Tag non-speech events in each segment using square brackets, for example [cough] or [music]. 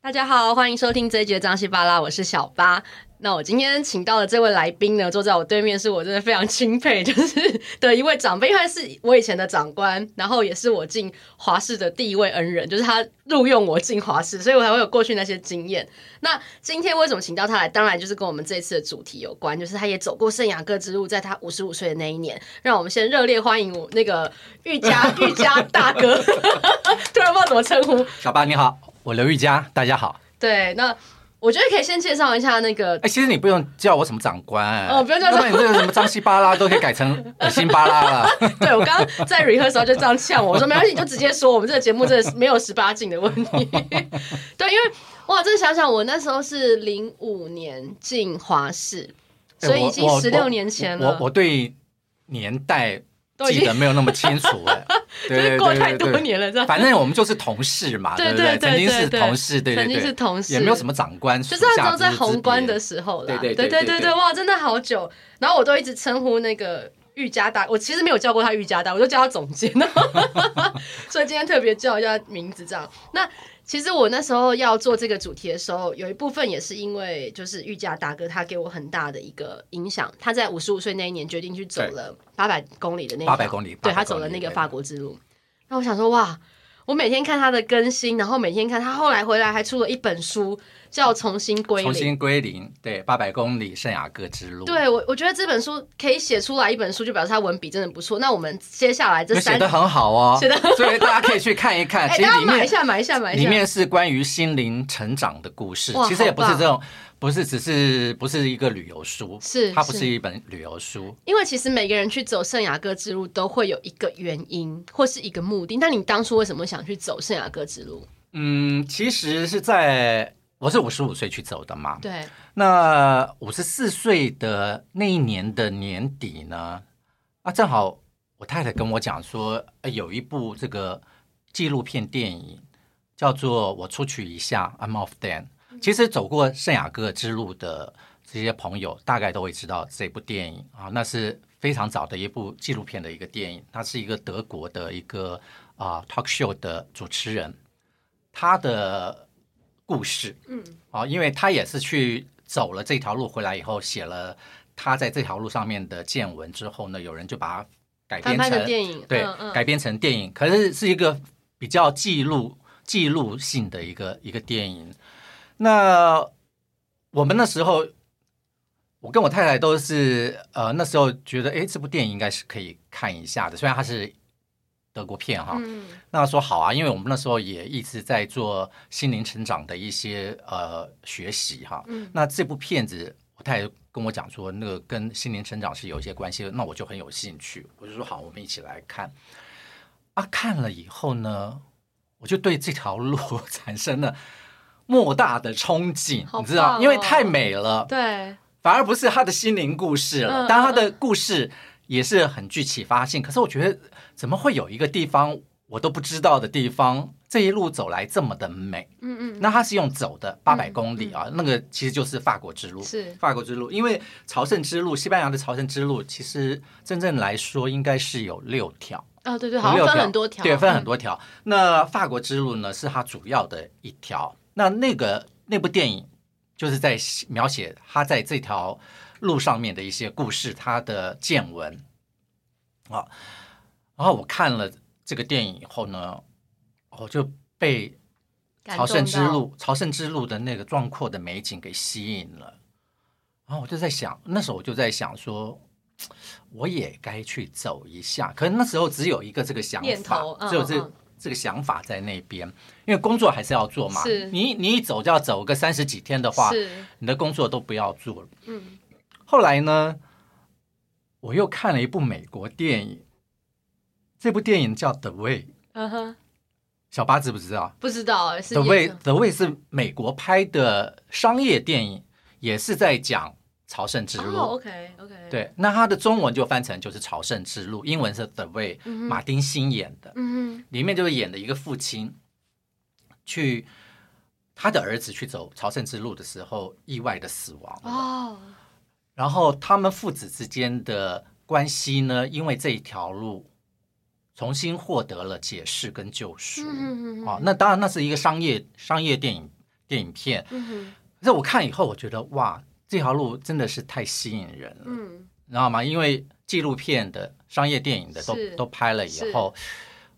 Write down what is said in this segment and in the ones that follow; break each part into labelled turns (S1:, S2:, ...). S1: 大家好，欢迎收听这一集的张西巴拉，我是小八。那我今天请到的这位来宾呢，坐在我对面是我真的非常钦佩， [laughs] 就是的一位长辈，因为他是我以前的长官，然后也是我进华视的第一位恩人，就是他录用我进华视，所以我才会有过去那些经验。那今天为什么请到他来？当然就是跟我们这一次的主题有关，就是他也走过圣雅各之路，在他五十五岁的那一年，让我们先热烈欢迎我那个玉佳玉佳大哥， [laughs] 突然不知道怎么称呼，
S2: 小八你好，我刘玉佳，大家好。
S1: 对，那我觉得可以先介绍一下那个， [laughs]
S2: 哎，其实你不用叫我什么长官，
S1: 哦不用叫
S2: 那么你这个什么张西巴拉都可以改成恶心巴
S1: [laughs]
S2: 拉了。哎
S1: 对我刚刚在 rehearsal 就这样呛我，我说没关系，你就直接说，我们这个节目真的是没有十八禁的问题。 [laughs] 对，因为哇，真的想想，我那时候是零五年进华视，所以已经
S2: 哎我
S1: 十六年前
S2: 我
S1: 了
S2: 我，我对年代
S1: 都已经
S2: 记得没有那么清楚
S1: [laughs]
S2: 哎，
S1: 就
S2: 对
S1: 是
S2: 对
S1: 过太
S2: 对
S1: 多
S2: 对对。
S1: 年了，这样。
S2: 反正我们就是同事嘛，
S1: 对
S2: 不
S1: 对
S2: 对？
S1: 对
S2: 曾经是
S1: 对
S2: 同事，对对
S1: 曾经是
S2: 对，
S1: 同事，
S2: 也没有什么长官，
S1: 就
S2: 属
S1: 是那时
S2: 下
S1: 候在
S2: 之
S1: 宏观的
S2: 别
S1: 时候啦，
S2: 对
S1: 对
S2: 对
S1: 对
S2: 对对对
S1: 哇，真的好久。然后我都一直称呼那个瑜伽大，我其实没有叫过他瑜伽大，我就叫他总监， [laughs] 所以今天特别叫一下名字这样。那其实我那时候要做这个主题的时候，有一部分也是因为就是瑜伽大哥他给我很大的一个影响，他在五十五岁那一年决定去走了八百公里的那一条
S2: 800公里
S1: 对
S2: 800
S1: 他走
S2: 公
S1: 了
S2: 里
S1: 那个
S2: 对
S1: 法国之路。那我想说哇。我每天看他的更新，然后每天看他后来回来还出了一本书，叫《重新归零
S2: 重》。新归零，对，八百公里圣雅各之路，，
S1: 对我，我觉得这本书可以写出来一本书，就表示他文笔真的不错。那我们接下来这
S2: 写
S1: 三
S2: 的，很好哦，
S1: 写得
S2: 所以大家可以去看一
S1: [laughs]
S2: 看。
S1: 哎，
S2: 其实
S1: 大家
S2: 里
S1: 买一
S2: 面
S1: 下，买一下，买一
S2: 里
S1: 下。
S2: 面是关于心灵成长的故事
S1: 哎哇，
S2: 其实也不是
S1: 好棒
S2: 这种，不是只是不是一个旅游书，
S1: 是
S2: 它不
S1: 是
S2: 是一本旅游书，
S1: 因为其实每个人去走圣雅各之路都会有一个原因或是一个目的。那你当初为什么想去走圣雅各之路？
S2: 嗯，其实是在我是五十五岁去走的嘛，
S1: 对，
S2: 那五十四岁的那一年的年底呢，啊，正好我太太跟我讲说，呃有一部这个纪录片电影叫做《我出去一下》，I'm off then。其
S1: 嗯
S2: 实走过圣雅各之路的这些朋友，大概都会知道这部电影啊，那是非常早的一部纪录片的一个电影，它是一个德国的一个啊、talk show 的主持人，他的故事，
S1: 嗯，
S2: 啊，因为他也是去走了这条路回来以后，写了他在这条路上面的见闻之后呢，有人就把它改
S1: 他
S2: 编
S1: 拍
S2: 成
S1: 的电影，
S2: 对，
S1: 嗯嗯
S2: 改编成电影，可是是一个比较记录记录性的一个一个电影。那我们那时候，我跟我太太都是呃那时候觉得，哎，这部电影应该是可以看一下的，虽然它是德国片哈，
S1: 嗯，
S2: 那说好啊，因为我们那时候也一直在做心灵成长的一些呃学习哈。
S1: 嗯
S2: 那这部片子，我太太跟我讲说，那个跟心灵成长是有一些关系的，那我就很有兴趣，我就说好，我们一起来看。啊，看了以后呢，我就对这条路 [laughs] 产生了莫大的憧憬，
S1: 好
S2: 你知道，
S1: 棒
S2: 因为
S1: 哦
S2: 太美了，
S1: 对，
S2: 反而不是他的心灵故事了。
S1: 嗯
S2: 当然，他的故事也是很具启发性。可是我觉得，怎么会有一个地方我都不知道的地方，这一路走来这么的美？
S1: 嗯嗯，嗯
S2: 那他是用走的八百公里啊，那个其实就是法国之路。
S1: 是
S2: 法国之路，因为朝圣之路，西班牙的朝圣之路，其实真正来说应该是有六条，
S1: 啊，对对，
S2: 有
S1: 好像
S2: 六
S1: 分很多条，
S2: 对，分很
S1: 嗯
S2: 多条。那法国之路呢，是它主要的一条。那那个那部电影就是在描写他在这条路上面的一些故事，他的见闻啊。然后我看了这个电影以后呢，我就被朝圣之，路，朝圣之路的那个壮阔的美景给吸引了。然后我就在想，那时候我就在想说，我也该去走一下。可是那时候只有一个这个想
S1: 念
S2: 法
S1: 头，嗯
S2: 只有这、
S1: 嗯嗯
S2: 这个想法在那边，因为工作还是要做嘛
S1: 是。
S2: 你你一走就要走个三十几天的
S1: 感
S2: 话，
S1: 动到是，
S2: 你的工作都不要做了。
S1: 嗯，
S2: 后来呢，我又看了一部美国电影，这部电影叫《The Way》，
S1: 嗯哼，
S2: 小八知不知道？
S1: 不知道哎是
S2: The
S1: 演
S2: Way
S1: 什么
S2: The Way 是
S1: 嗯
S2: 美国拍的商业电影，也是在讲朝圣之路。
S1: 哦，OK OK，，
S2: 对，那它的中文就翻成就是朝圣之路，英文是 The Way，、
S1: 嗯哼
S2: 马丁新演的，
S1: 嗯
S2: 里面就是演的一个父亲去他的儿子去走朝圣之路的时候意外的死亡
S1: 哼，哦，
S2: 然后他们父子之间的关系呢，因为这一条路重新获得了解释跟救赎。
S1: 嗯嗯嗯嗯
S2: 啊哦，那当然那是一个商业商业电影电影片。
S1: 嗯哼，
S2: 可是我看以后，我觉得哇，这条路真的是太吸引人了，
S1: 嗯
S2: 你知道吗？因为纪录片的、商业电影的都
S1: 是
S2: 都拍了以
S1: 是
S2: 后，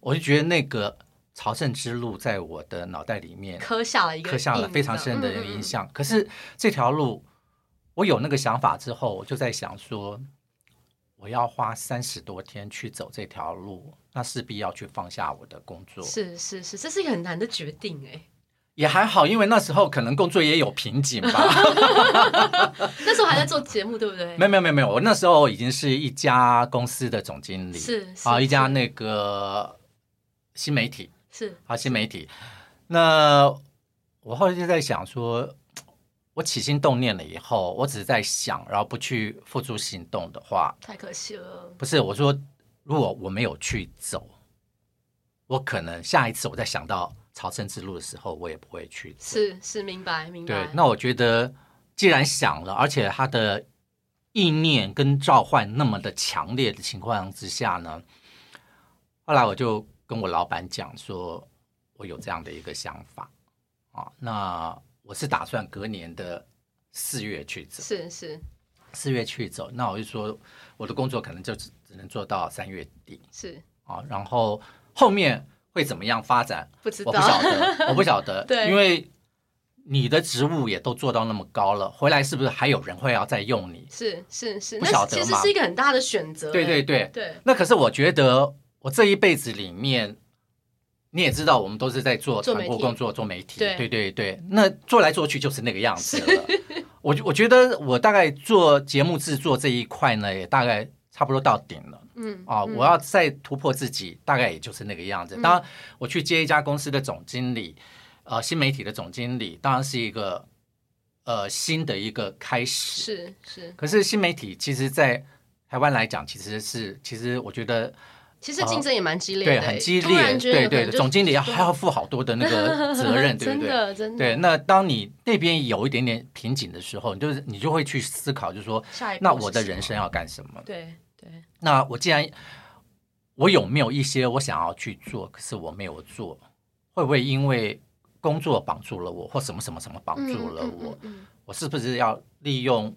S2: 我就觉得那个朝圣之路在我的脑袋里面
S1: 刻下了一个
S2: 刻下了
S1: 印
S2: 非常
S1: 这
S2: 深
S1: 样
S2: 的
S1: 嗯嗯嗯
S2: 影响。可是这条路，我有那个想法之后，我就在想说，我要花三十多天去走这条路，那势必要去放下我的工作。
S1: 是是是，这是一个很难的决定哎。
S2: 也还好，因为那时候可能工作也有瓶颈吧。
S1: [laughs]
S2: [laughs]
S1: 那时候还在做节目，对不对？
S2: 没有没有没有没有，我那时候已经是一家公司的总经理，
S1: 是是
S2: 啊，一家
S1: 是
S2: 那个新媒体，
S1: 是
S2: 啊，新媒体。那我后来就在想说，我起心动念了以后，我只是在想，然后不去付诸行动的话，
S1: 太可惜了。
S2: 不是我说，如果我没有去走，我可能下一次我在想到朝圣之路的时候，我也不会去走。
S1: 是是，明白明白
S2: 对，。那我觉得既然想了，而且他的意念跟召唤那么的强烈的情况之下呢，后来我就跟我老板讲说，我有这样的一个想法啊，那我是打算隔年的四月去走，
S1: 是是
S2: 四月去走，那我就说我的工作可能就只只能做到三月底
S1: 是，
S2: 啊，然后后面会怎么样发展，
S1: 不知
S2: 我
S1: 道。
S2: 不晓得，我不晓得，
S1: [laughs] 对
S2: 因为你的职务也都做到那么高了，回来是不是还有人会要再用你？
S1: 是是是，
S2: 不
S1: 那
S2: 晓
S1: 是
S2: 得
S1: 其实
S2: 嘛
S1: 是一个很大的选择。
S2: 对对
S1: 哎
S2: 对，
S1: 对，
S2: 那可是我觉得我这一辈子里面，你也知道，我们都是在做
S1: 做媒
S2: 传播
S1: 体
S2: 工作，做媒体，
S1: 对
S2: 对对对，那做来做去就是那个样子了。我我觉得我大概做节目制作这一块呢，也大概差不多到顶了。
S1: 嗯
S2: 啊，
S1: 嗯
S2: 我要再突破自己，大概也就是那个样子。当然，我去接一家公司的总经理，呃，新媒体的总经理，当然是一个呃新的一个开始。
S1: 是是，
S2: 可是新媒体其实，在台湾来讲，其实是其实我觉得
S1: 其实竞争也蛮激烈的，欸
S2: 啊对很激
S1: 突然
S2: 烈，
S1: 觉得
S2: 对对，
S1: 可能就
S2: 总经理要还要负好多的那
S1: [laughs]
S2: 个责任，对
S1: 真
S2: 不对？
S1: 的嗯真的
S2: 对，那当你那边有一点点瓶颈的时候，你就是你就会去思考，就是说，
S1: 下一步
S2: 那我的
S1: 是什么
S2: 人生要干什么？
S1: 对对
S2: 那我既然我有没有一些我想要去做，可是我没有做，会不会因为工作绑住了我，或什么什么什么绑住了我？
S1: 嗯嗯嗯嗯
S2: 我是不是要利用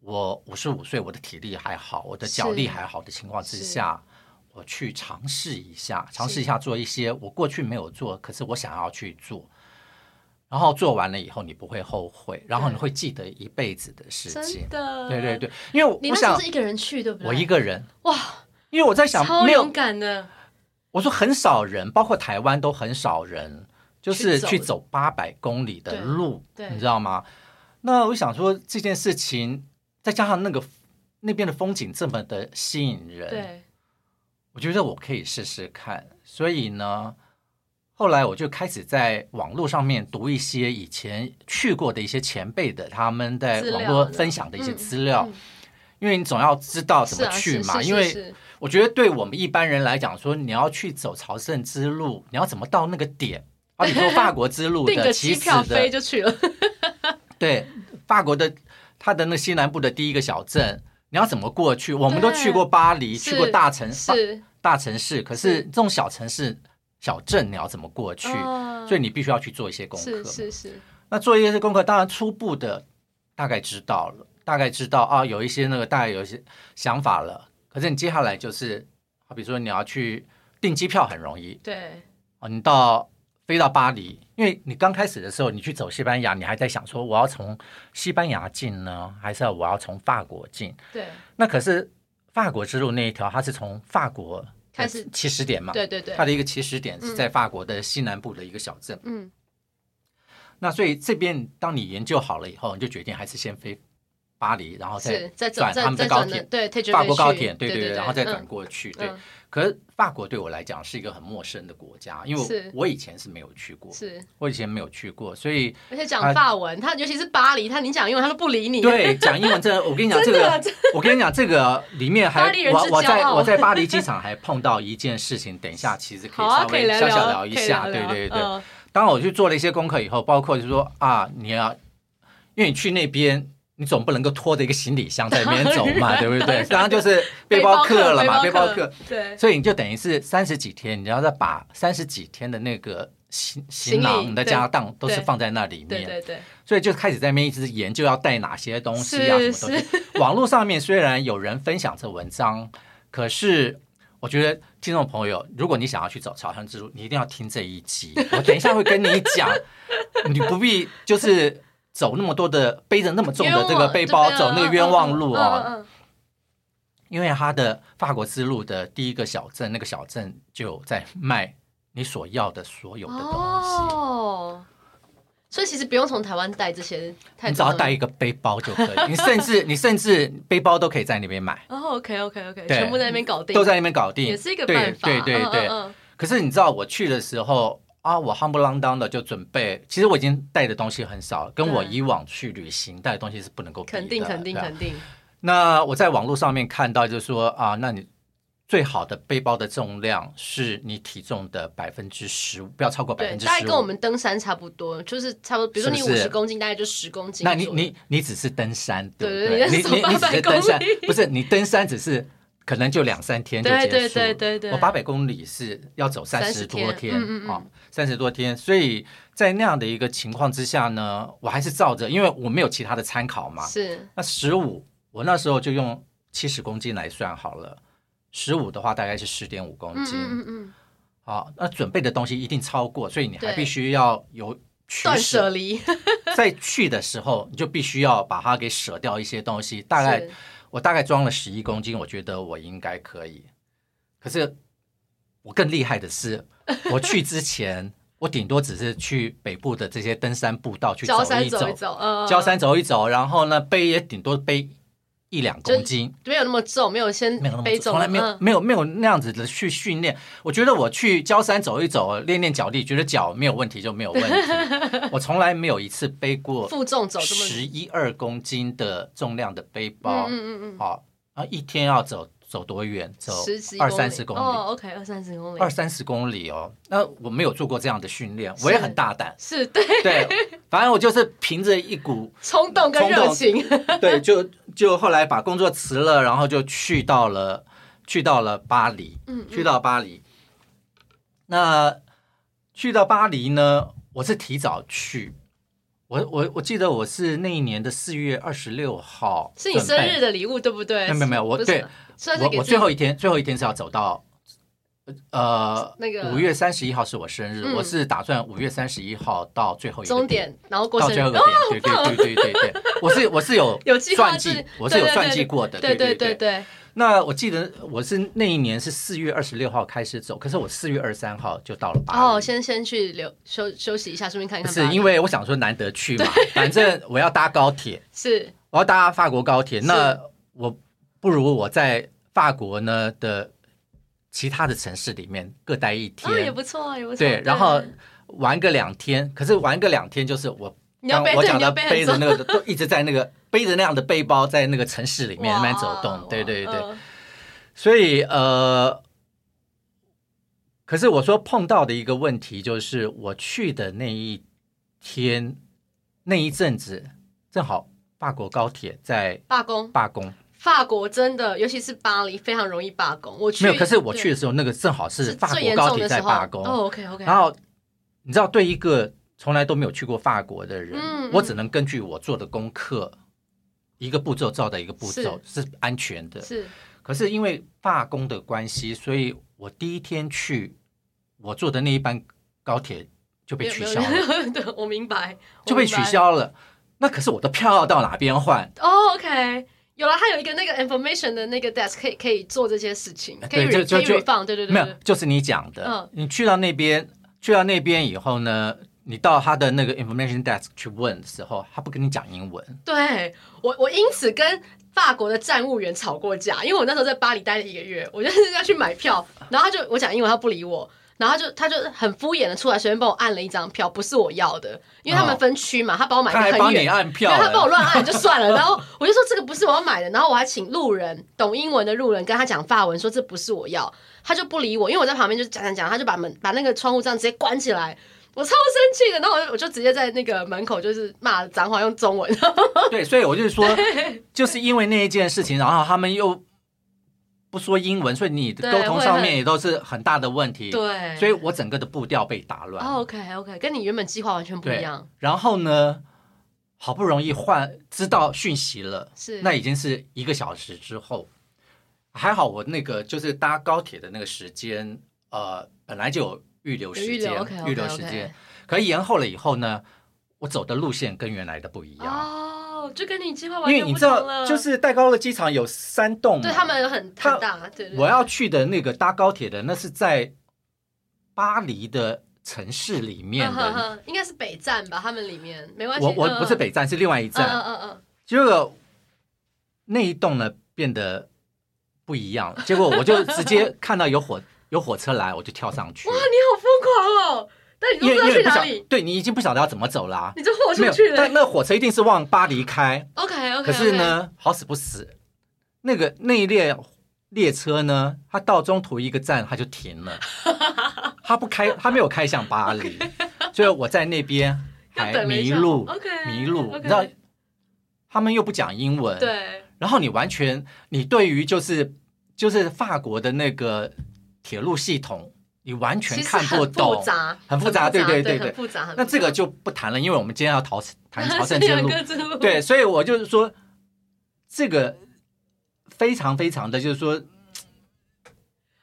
S2: 我五十五岁，我的体力还好，我的脚力
S1: 是
S2: 还好的情况之
S1: 是
S2: 下，我去尝试一下，尝试一下做一些我过去没有做，可是我想要去做。然后做完了以后，你不会后悔，然后你
S1: 对
S2: 会记得一辈子的事情
S1: 真。的
S2: 对对。对，因为我
S1: 你
S2: 我
S1: 那时
S2: 想
S1: 候是一个人去，对不对？
S2: 我一个人，
S1: 嗯哇，
S2: 因为我在想，
S1: 超
S2: 没有
S1: 勇敢的，
S2: 我说很少人，包括台湾都很少人，就是
S1: 去走
S2: 去走八百公里的路，
S1: 对对
S2: 你知道吗？那我想说这件事情，再加上那个那边的风景这么的吸引人，
S1: 对，
S2: 我觉得我可以试试看。所以呢，后来我就开始在网络上面读一些以前去过的一些前辈的他们在
S1: 资料
S2: 网络
S1: 的
S2: 分享的一些
S1: 嗯
S2: 资料，
S1: 嗯
S2: 因为你总要知道怎
S1: 是
S2: 么
S1: 啊
S2: 去
S1: 是
S2: 嘛，
S1: 是是
S2: 因为。
S1: 是
S2: 我觉得对我们一般人来讲，说你要去走朝圣之路，你要怎么到那个点？啊，你说法国
S1: [laughs]
S2: 之路
S1: 订
S2: 的
S1: 个
S2: 起
S1: 机
S2: 始
S1: 票飞
S2: 的，
S1: 就去了，
S2: 对，法国的它的那个西南部的第一个小镇，你要怎么过去？我们都去过巴黎，
S1: 是
S2: 去过大城大
S1: 是
S2: 大城市，可是
S1: 是
S2: 这种小城市、小镇，你要怎么过去？
S1: 啊
S2: 所以你必须要去做一些功
S1: 是。
S2: 课
S1: 是是，
S2: 那做一些功课，当然初步的大概知道了，大概知道啊，有一些那个大概有一些想法了。可是你接下来就是，好比说你要去订机票很容易
S1: 对
S2: 啊，你到飞到巴黎，因为你刚开始的时候你去走西班牙，你还在想说我要从西班牙进呢，还是要我要从法国进？
S1: 对
S2: 那可是法国之路那一条，它是从法国的
S1: 开始
S2: 起始点嘛，
S1: 对嗯对对
S2: 它，的一个起始点是在法国的西南部的一个小镇。
S1: 嗯，
S2: 那所以这边当你研究好了以后，你就决定还是先飞巴黎，然后
S1: 是
S2: 再
S1: 再走
S2: 转
S1: 再
S2: 他们
S1: 再
S2: 的高
S1: 转的
S2: 铁，
S1: 对，take your
S2: 法国
S1: way
S2: 高
S1: 去
S2: 铁，对
S1: 对
S2: 对，然后再转
S1: 嗯
S2: 过去，对
S1: 嗯。
S2: 可是法国对我来讲是一个很陌生的国家，因
S1: 是
S2: 为我以前是没有去过，啊
S1: 是，
S2: 我以前没有去过，所以
S1: 而且讲法文，他尤其是巴黎，他你讲英文他都不理你，
S2: 对讲英文真的，我
S1: [laughs]
S2: 跟你讲这
S1: 真的
S2: 个
S1: 真，
S2: 我跟你讲这个里面还
S1: 巴黎人之
S2: 我我
S1: 骄
S2: 在
S1: 傲
S2: 我在巴黎机场还碰到一件事情，等一下其实可
S1: 好
S2: 以
S1: 啊，
S2: 稍
S1: 可以
S2: 微
S1: 聊
S2: 小小
S1: 聊，
S2: 聊一
S1: 可以
S2: 下，
S1: 聊
S2: 对
S1: 聊
S2: 对对。
S1: 嗯
S2: 当我去做了一些功课以后，包括就是说啊，你要，因为你去那边，你总不能够拖着一个行李箱在那边走 [laughs] 嘛，对不对？当然就是 [laughs] 背包客了嘛，背包客。
S1: 嗯对，
S2: 所以你就等于是三十几天，你要再把三十几天的那个行
S1: 行
S2: 行
S1: 李
S2: 囊的
S1: 对
S2: 家当都是
S1: 对
S2: 放在那里面，
S1: 对对对，
S2: 所以就开始在那边一直研究要带哪些东西啊，
S1: 是 [laughs]
S2: 什么东西。网络上面虽然有人分享这文章，可是我觉得听众朋友，如果你想要去走朝圣之路，你一定要听这一
S1: [laughs]
S2: 集。我等一下会跟你讲，你不必就是走那么多的背着那么重的这个背包
S1: 冤枉
S2: 走那个冤枉路哦，，
S1: 嗯嗯嗯嗯嗯
S2: 因为他的法国之路的第一个小镇，那个小镇就在卖你所要的所
S1: 嗯
S2: 有的东西。
S1: 哦，所以其实不用从台湾带这些，太
S2: 你只要
S1: 多了
S2: 带一个背包就可以，你
S1: [laughs]
S2: 甚至你甚至背包都可以在那边买，
S1: 哦，OK OK OK，
S2: 对
S1: 全部在那边搞定，
S2: 都在那边搞定，
S1: 也是一个办法，
S2: 对对对对。
S1: 嗯嗯
S2: 可是你知道我去的时候啊，我夯不啷当的就准备，其实我已经带的东西很少了，跟我
S1: 对
S2: 以往去旅行带的东西是不能够比的。
S1: 肯定肯定
S2: 对啊
S1: 肯定，
S2: 那我在网络上面看到，就是说啊，那你最好的背包的重量是你体重的百分之十五，不要超过百
S1: 对，
S2: 分之
S1: 大概
S2: 十
S1: 跟我
S2: 五。
S1: 们登山差不多，就是差不多，比如说你
S2: 是
S1: 五
S2: 不是
S1: 十公斤，大概就十公斤
S2: 那
S1: 左右。
S2: 你你你只是登山，对
S1: 对对
S2: 不你
S1: 你在走
S2: 你你只是
S1: 800公
S2: 登山
S1: 里，
S2: 不是你登山只是可能就两三天就结
S1: 对
S2: 束。
S1: 对对对对，
S2: 我八百公里是要走三十
S1: 30
S2: 多
S1: 天
S2: 天
S1: 嗯嗯嗯
S2: 啊，三十、多天，所以在那样的一个情况之下呢，我还是照着，因为我没有其他的参考嘛。
S1: 是
S2: 那十五，我那时候就用七十公斤来算好了，十五的话大概是十点五公
S1: 嗯
S2: 斤。
S1: 嗯嗯嗯，
S2: 好，那准备的东西一定超过，所以你还
S1: 对
S2: 必须要有取
S1: 断舍
S2: 舍。
S1: 离，
S2: [laughs] 在去的时候，你就必须要把它给舍掉一些东西。大概
S1: 是
S2: 我大概装了十一公斤，我觉得我应该可以。可是我更厉害的是，
S1: [laughs]
S2: 我去之前，我顶多只是去北部的这些登山步
S1: [laughs]
S2: 道去
S1: 焦
S2: 一
S1: 山走
S2: 走
S1: 一，走，嗯，
S2: 焦山走一走，然后呢背也顶多背一两
S1: 就
S2: 公斤，
S1: 没有那么重，没有先
S2: 没有那么
S1: 背
S2: 重
S1: 重，
S2: 从来没有
S1: 嗯
S2: 没有没有那样子的去训练。我觉得我去焦山走一走，练练脚力，觉得脚没有问题就没有
S1: [laughs]
S2: 问题。我从来没有一次背过
S1: 负重走这么
S2: 十一二公斤的重量的背包
S1: 嗯，嗯嗯
S2: 好啊，一天要走走多远？走
S1: 嗯，十几
S2: 二三十公
S1: 哦
S2: 里，
S1: ，OK，二三十公里。
S2: 二，三十公里哦。那我没有做过这样的训练，我也很大胆
S1: 是对，
S2: 对，反正我就是凭着一股
S1: 冲动跟
S2: 冲动
S1: 热情，
S2: [laughs]
S1: 嗯
S2: 对，就就后来把工作辞了，然后就去到了去到了巴黎，
S1: 嗯
S2: 去到巴黎。那去到巴黎呢，我是提早去。我我我记得我是那一年的四月二十六号，
S1: 是你生日的礼物，对不对？
S2: 没有没有没有我
S1: 不是
S2: 对
S1: 算是
S2: 我
S1: 给
S2: 我
S1: 自己
S2: 最后一天，最后一天是要走到，呃，
S1: 那个
S2: 五月三十一号是我生日，
S1: 嗯
S2: 我是打算五月三十一号到最后一个
S1: 终点，然后过
S2: 到
S1: 生
S2: 最后一
S1: 日哦
S2: 个，点，对对对对
S1: [laughs]
S2: 对对，我是我是有
S1: 有计划
S2: 算
S1: 是
S2: 计，我是有
S1: 对对对
S2: 算计过的，
S1: 对
S2: 对
S1: 对
S2: 对。
S1: 对，
S2: 那我记得我是那一年是四月二十六号开始走，可是我四月二十三号就到了巴
S1: 哦，
S2: 黎。
S1: 先先去留休休息一下，顺便看
S2: 不
S1: 看
S2: 是
S1: 吧。
S2: 因为我想说难得去嘛，反正我要搭高铁，
S1: 是
S2: 我要搭法国高铁，
S1: 是
S2: 那我不如我在法国呢的其他的城市里面各待一
S1: 哦，也
S2: 天，
S1: 不错啊，也不错。
S2: 对，然后玩个两天。可是玩个两天就是我
S1: 你要
S2: 刚
S1: 背
S2: 我
S1: 对
S2: 讲
S1: 你要
S2: 的
S1: 背很
S2: 背着
S1: 重
S2: 那个都一直在那个背着那样的背包在那个城市里面
S1: 哇
S2: 慢慢走动，对
S1: 哇
S2: 对对，
S1: 嗯
S2: 所以呃。可是我说碰到的一个问题就是，我去的那一天那一阵子，正好法国高铁在
S1: 罢工，
S2: 罢工，
S1: 法国真的，尤其是巴黎，非常容易罢工。我去
S2: 没有，可是我
S1: 对
S2: 去的时候，那个正好是
S1: 是
S2: 法
S1: 最
S2: 国
S1: 严
S2: 高
S1: 重
S2: 铁
S1: 的
S2: 在
S1: 时候。
S2: 罢工，
S1: 哦，OK OK，
S2: 然后你知道，对一个从来都没有去过法国的人，
S1: 嗯嗯
S2: 我只能根据我做的功课，一个步骤照着一个步骤是安全的。
S1: 是
S2: 可是因为罢工的关系，所以我第一天去，我坐的那一班高铁就被取消
S1: [laughs]
S2: 了，
S1: 了，对，我明白，
S2: 就被
S1: 我明
S2: 取
S1: 白。
S2: 消了。那可是我的票要到哪边换？
S1: 哦，OK。有了，它有一个那个 information 的那个 desk 可以可以做这些事情，可以
S2: 哎
S1: re,
S2: 对就
S1: 可以
S2: 就就
S1: r 放，对对对
S2: 没有
S1: 对，，
S2: 就是你讲的。
S1: 嗯
S2: 你去到那边，去到那边以后呢，你到他的那个 information desk 去问的时候，他不跟你讲英文。
S1: 对我，我因此跟法国的站务员吵过架，因为我那时候在巴黎待了一个月，我就是要去买票，然后他就我讲英文，他不理我。然后他就他就很敷衍的出来，随便帮我按了一张票，不是我要的，因为他们分区嘛，他帮我买
S2: 哦他
S1: 一
S2: 还
S1: 个很
S2: 帮你
S1: 远，
S2: 按票
S1: 没有
S2: 了，
S1: 他帮我乱按就算
S2: [laughs]
S1: 了。然后我就说这个不是我要买的，然后我还请路人懂英文的路人跟他讲法文，说这不是我要，他就不理我，因为我在旁边就讲讲讲，他就把门把那个窗户这样直接关起来，我超生气的。然后我就我就直接在那个门口就是骂脏话，用中文， [laughs]
S2: 对，所以我就是说，就是因为那一件事情，然后他们又不不说英文，所以你的
S1: 对
S2: 沟通上
S1: 会
S2: 面
S1: 很
S2: 也都是很大的问题。
S1: 对，
S2: 所以我整个的步调被打乱。
S1: 哦，OK OK，跟你原本计划完全不一样，
S2: 然后呢，好不容易换知道讯息了，
S1: 是
S2: 那已经是一个小时之后。还好我那个就是搭高铁的那个时间，呃，本来就有预留
S1: 有
S2: 时
S1: 预
S2: 间
S1: 留，OK，
S2: 预留时间。可延后了以后呢，我走的路线跟原来的不一样，
S1: 哦，就跟你计划
S2: 因
S1: 完
S2: 为
S1: 全
S2: 你
S1: 不
S2: 知
S1: 同了，
S2: 道，就是戴高乐机场有三栋嘛，
S1: 对他们很
S2: 他
S1: 很大，对对，
S2: 我要去的那个搭高铁的，那是在巴黎的城市里面
S1: 嗯哼
S2: 的。
S1: [laughs] 哼，应该是北站吧，他们里面没关系，
S2: 我
S1: 嗯
S2: 我不是北站，是另外一站。
S1: 嗯嗯嗯
S2: 结果那一栋呢变得不一样了，结果我就直接
S1: [laughs]
S2: 看到有火有火车来，我就跳上去
S1: 嗯，哇，，你好疯狂哦！但你都
S2: 因为
S1: 知道去
S2: 因为不
S1: 哪
S2: 晓
S1: 里，
S2: 对你已经不晓得要怎么走啦、
S1: 你就豁
S2: 没
S1: 出
S2: 有
S1: 去，了
S2: 但。那火车一定是往巴黎开，
S1: OK OK，
S2: 可是，呢，好死不死，那个那一列列车呢，它到中途一个站它就
S1: [laughs]
S2: 停了，它不开，它没有开向巴黎，所以我在那边
S1: 又
S2: 还
S1: 等了一
S2: 迷
S1: 下
S2: 路，
S1: ，OK，
S2: 迷路，你
S1: 嗯 OK
S2: 知道，他们又不讲英文，
S1: 对，
S2: 然后你完全，你对于就是就是法国的那个铁路系统，你完全
S1: 其实
S2: 看
S1: 很
S2: 不懂
S1: 复，杂，
S2: 很复杂对对对
S1: 对
S2: 对
S1: 很复杂。很
S2: 那这个
S1: 复杂
S2: 就不谈了，因为我们今天要讨谈朝
S1: [laughs]
S2: 圣
S1: 是
S2: 之
S1: 两
S2: 路，
S1: 个之路，
S2: 对，所以我就是说，这个非常非常的，就是说。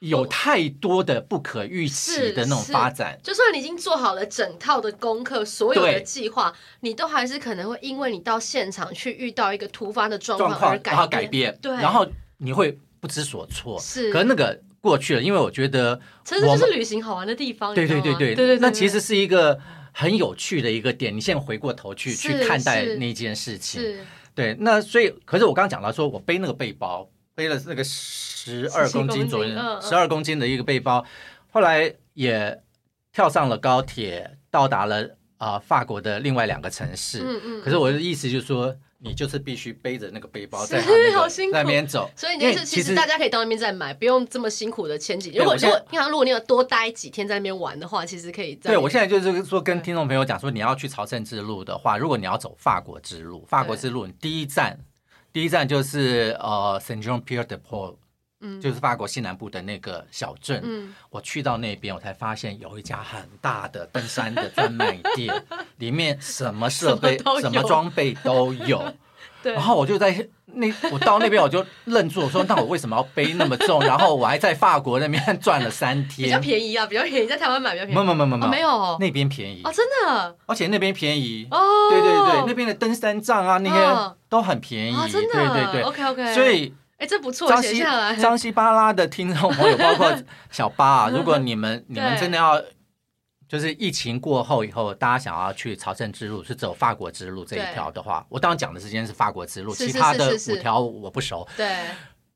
S2: 有太多的不可预期的那种
S1: 是
S2: 发展，
S1: 就算你已经做好了整套的功课，所有的
S2: 对
S1: 计划，你都还是可能会因为你到现场去遇到一个突发的 [laughs] 状
S2: 状
S1: 况
S2: 况
S1: 而
S2: 然后改
S1: 改变。
S2: 变，
S1: 对
S2: 然后你会不知所措。
S1: 是，
S2: 可是那个过去了，因为我觉得
S1: 其实这
S2: 我
S1: 就是
S2: 们
S1: 旅行好玩的地方。
S2: 对
S1: 你知
S2: 对
S1: 道
S2: 对
S1: 吗
S2: 对
S1: 啊对对对，
S2: 那其实
S1: 对
S2: 是一个很有趣的一个点。你现在回过头去去
S1: 是
S2: 看待
S1: 是
S2: 那件事情，
S1: 是
S2: 对，那所以可是我刚刚讲到说，我背那个背包，背了那个十二
S1: 17
S2: 公斤左
S1: 公
S2: 右
S1: 斤嗯，嗯
S2: 十二公斤的一个背包，后来也跳上了高铁，到达了啊、呃法国的另外两个城市。
S1: 嗯嗯。
S2: 可是我的意思就是说，你就是必须背着那个背包
S1: 是
S2: 在他那
S1: [laughs] 好
S2: 个
S1: 辛苦
S2: 在那边走，
S1: 所以
S2: 因
S1: 那
S2: 为
S1: 是
S2: 其
S1: 其实
S2: 实
S1: 大家可以到那边再买，不用这么辛苦的前几。
S2: 对
S1: 如果
S2: 我
S1: 如
S2: 现在
S1: 果平常如果你有多待几天在那边玩的话，其实可以在
S2: 对，我现在就是说跟
S1: 对
S2: 听众朋友讲说，你要去朝圣之路的话，如果你要走法国之路，法国之路你第一站，第一站就是呃 Saint Jean Pierre de Port，
S1: 嗯
S2: 就是法国西南部的那个小镇。
S1: 嗯
S2: 我去到那边，我才发现有一家很大的登山的专卖店，里面什么设备
S1: 什么、都有
S2: 什么装备都有。
S1: 对
S2: 然，后我就在那，我到那边我就愣住，我说那我为什么要背那么重？然后我还在法国那边 [laughs] 转了三
S1: 比较
S2: 天，
S1: 便宜啊，比较便宜，在台湾买比较
S2: 没
S1: 便宜。
S2: 有没有没有
S1: 哦没有哦
S2: 那边便宜
S1: 哦，真的
S2: 而且那边便宜，
S1: 哦，
S2: 对对对，那边的登山杖啊那些
S1: 哦
S2: 都很便宜，
S1: 啊，真的，
S2: 对对
S1: ，OK OK，
S2: 对。所以
S1: 哎，这不错，
S2: 张
S1: 写
S2: 西
S1: 下
S2: [laughs]
S1: 来，
S2: 张西巴拉的听众朋友，包
S1: [laughs]
S2: 括小巴啊，如果你们你们真的要。就是疫情过后以后，大家想要去朝圣之路，是走法国之路这一条的话，我当然讲的时间是法国之路，
S1: 是
S2: 其
S1: 是
S2: 他
S1: 是
S2: 的
S1: 是是
S2: 五条我不熟。
S1: 对，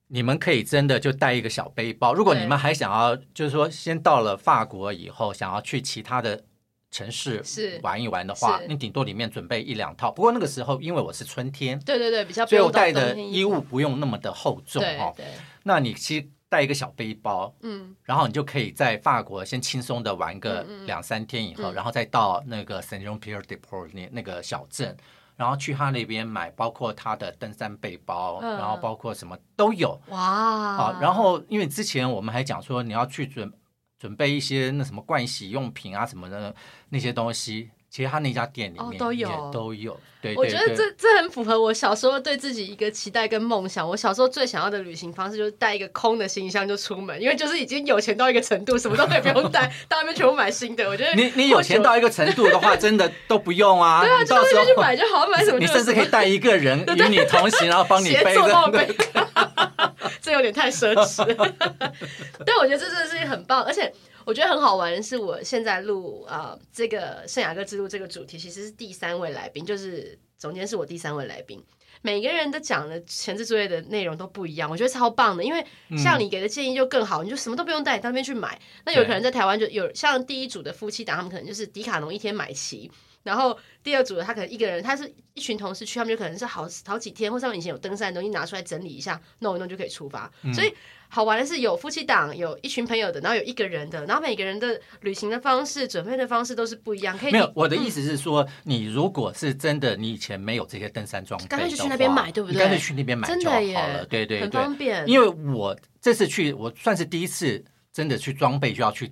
S2: 你们可以真的就带一个小背包。如果
S1: 对
S2: 你们还想要，就是说先到了法国以后，想要去其他的城市
S1: 是
S2: 玩一玩的话，
S1: 是
S2: 你顶多里面准备一两套。不过那个时候因为我是春天，
S1: 对对对，比较不
S2: 所以我
S1: 用到
S2: 带
S1: 冬
S2: 的
S1: 天
S2: 衣物不用那么的厚重
S1: 对
S2: 哦。
S1: 对，
S2: 那你其实带一个小背包。
S1: 嗯，
S2: 然后你就可以在法国先轻松的玩个
S1: 嗯嗯
S2: 两三天以后，
S1: 嗯
S2: 然后再到那个 Saint Jean Pierre de Port 那那个小镇，然后去他那边买，包括他的登山背包，
S1: 嗯
S2: 然后包括什么都有。
S1: 哇，
S2: 啊，然后因为之前我们还讲说你要去准准备一些那什么盥洗用品啊什么的那些东西，其实他那家店里
S1: 哦
S2: 面
S1: 都
S2: 也
S1: 有
S2: 都有，对
S1: 我
S2: 对
S1: 觉得
S2: 对，
S1: 这这很符合我小时候对自己一个期待跟梦想。我小时候最想要的旅行方式就是带一个空的行李箱就出门，因为就是已经有钱到一个程度，什么都可以不
S2: [laughs]
S1: 用带，到那边全部买新的。我觉得
S2: 你你有钱到一个程度的话，真的都不用啊，
S1: 对啊，
S2: 你
S1: 就
S2: 到
S1: 到
S2: 时
S1: 那边去
S2: 候
S1: 买就好，买什么
S2: [laughs] 你
S1: 就
S2: 甚至可以带一个人与你同行，然后帮你
S1: 协
S2: 背
S1: 作帮我
S2: 着。
S1: 背，这有点太奢侈 [laughs] 了。但我觉得这真的是很棒，而且我觉得很好玩的是，我现在录啊、呃这个圣雅各之路这个主题，其实是第三位来宾，就是总监是我第三位来宾。每个人的讲的前置作业的内容都不一样，我觉得超棒的，因为
S2: 嗯
S1: 像你给的建议就更好，你就什么都不用带，你到那边去买。那有可能在台湾就有像第一组的夫妻档，他们可能就是迪卡侬一天买齐，然后第二组的他可能一个人，他是一群同事去，他们就可能是好好几天，或是他们以前有登山的东西拿出来整理一下，弄一弄就可以出发。
S2: 嗯
S1: 所以好玩的是有夫妻档，有一群朋友的，然后有一个人的，然后每个人的旅行的方式、准备的方式都是不一样，可以
S2: 没有，我的意思是说，你如果是真的，你以前没有这些登山装备的话，
S1: 干脆就去那边买对不对
S2: 你干脆去那边买
S1: 真
S2: 就
S1: 的
S2: 好
S1: 耶
S2: 了，对对
S1: 很
S2: 对。
S1: 方便，
S2: 因为我这次去，我算是第一次真的去装备就要去，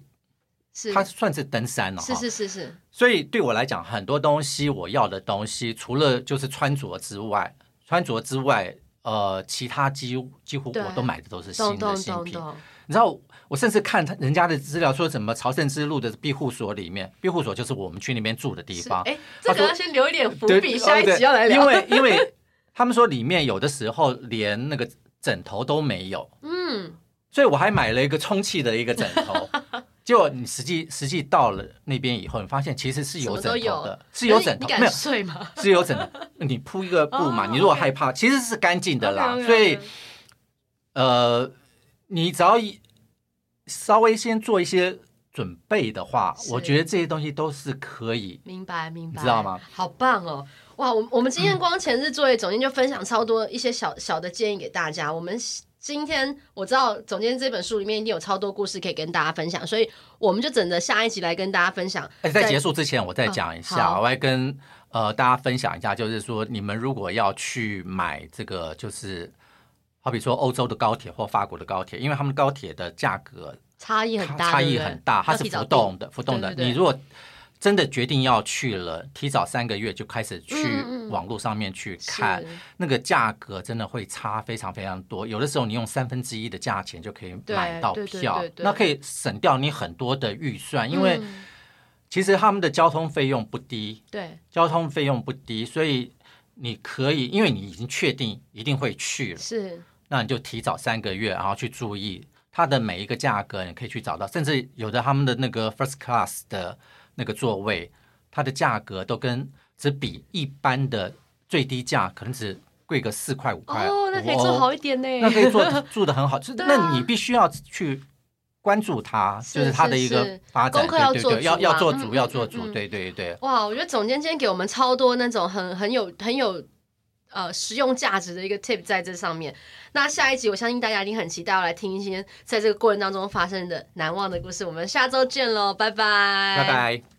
S1: 是
S2: 它算是登山了、哈。
S1: 是是是是，
S2: 所以对我来讲，很多东西我要的东西，除了就是穿着之外，穿着之外，呃，其他几乎几乎
S1: 对
S2: 我都买的都是新
S1: 懂
S2: 的
S1: 懂
S2: 新
S1: 懂
S2: 品。
S1: 懂，
S2: 你知道，我甚至看他人家的资料说，什么朝圣之路的庇护所里面，庇护所就是我们去那边住的地
S1: 是
S2: 方。
S1: 哎，这
S2: 他
S1: 个
S2: 说
S1: 要先留一点伏
S2: 对
S1: 笔，
S2: 对
S1: 下一
S2: 对
S1: 集要来聊。
S2: 因为因为他们说里面有的时候连那个枕头都没有，
S1: 嗯，
S2: 所以我还买了一个充气的一个枕
S1: [laughs]
S2: 头。结果你实际实际到了那边以后，你发现其实是
S1: 什
S2: 有
S1: 么
S2: 枕
S1: 都
S2: 头
S1: 有
S2: 的，是有
S1: 可
S2: 枕
S1: 哎你
S2: 头，没
S1: 敢
S2: 有
S1: 睡吗？
S2: 是有枕头。你铺一个布嘛，
S1: 哦
S2: 你如果
S1: OK
S2: 害怕，其实是干净的啦。
S1: OK，OK，OK
S2: 所以呃，你只要一稍微先做一些准备的话，
S1: 是
S2: 我觉得这些东西都是可以。
S1: 明白明白，
S2: 你知道吗？
S1: 好棒哦！哇，我我们今天光前置作业总监就分享超多一些小小的建议给大家。我们今天我知道总监这本书里面一定有超多故事可以跟大家分享，所以我们就等着下一集来跟大家分享。
S2: 哎，在结束之前，我再
S1: 嗯
S2: 讲一下，
S1: 好
S2: 我还跟呃大家分享一下，就是说你们如果要去买这个，就是好比说欧洲的高铁或法国的高铁，因为他们高铁的价格
S1: 差异很大，
S2: 差
S1: 对
S2: 异
S1: 不对
S2: 很大，它
S1: 要
S2: 是
S1: 提早
S2: 浮
S1: 订
S2: 动的，浮动的。
S1: 对对对
S2: 你如果真的决定要去了，提早三个月就开始去
S1: 嗯嗯嗯
S2: 网络上面去
S1: 是嗯
S2: 看，那个价格真的会差非常非常多。有的时候你用三分之一的价钱就可以
S1: 对
S2: 买到
S1: 对对
S2: 票
S1: 对，对
S2: 那可以省掉你很多的预算，因为
S1: 嗯
S2: 其实他们的交通费用不低，
S1: 对
S2: 交通费用不低，所以你可以，因为你已经确定一定会去了。
S1: 是
S2: 那你就提早三个月，然后去注意它的每一个价格，你可以去找到，甚至有的他们的那个 first class 的那个座位，它的价格都跟只比一般的最低价可能只贵个四块五块
S1: 哦，那可以
S2: 5欧
S1: 做好一点呢。
S2: 那可以做住的
S1: [laughs]
S2: 很好，是、
S1: 对啊
S2: 那你必须要去。关注它，
S1: 是
S2: 就是它的一
S1: 是
S2: 个
S1: 是
S2: 发展，
S1: 功课要
S2: 对
S1: 做
S2: 对
S1: 足
S2: 对，要要
S1: 嘛
S2: 做
S1: 嗯
S2: 足，
S1: 嗯
S2: 要做
S1: 嗯
S2: 足，
S1: 嗯
S2: 对对对，
S1: 哇，我觉得总监今天给我们超多那种很很有很有呃实用价值的一个 tip 在这上面。那下一集我相信大家一定很期待要来听一些在这个过程当中发生的难忘的故事。我们下周见喽，拜拜，
S2: 拜拜。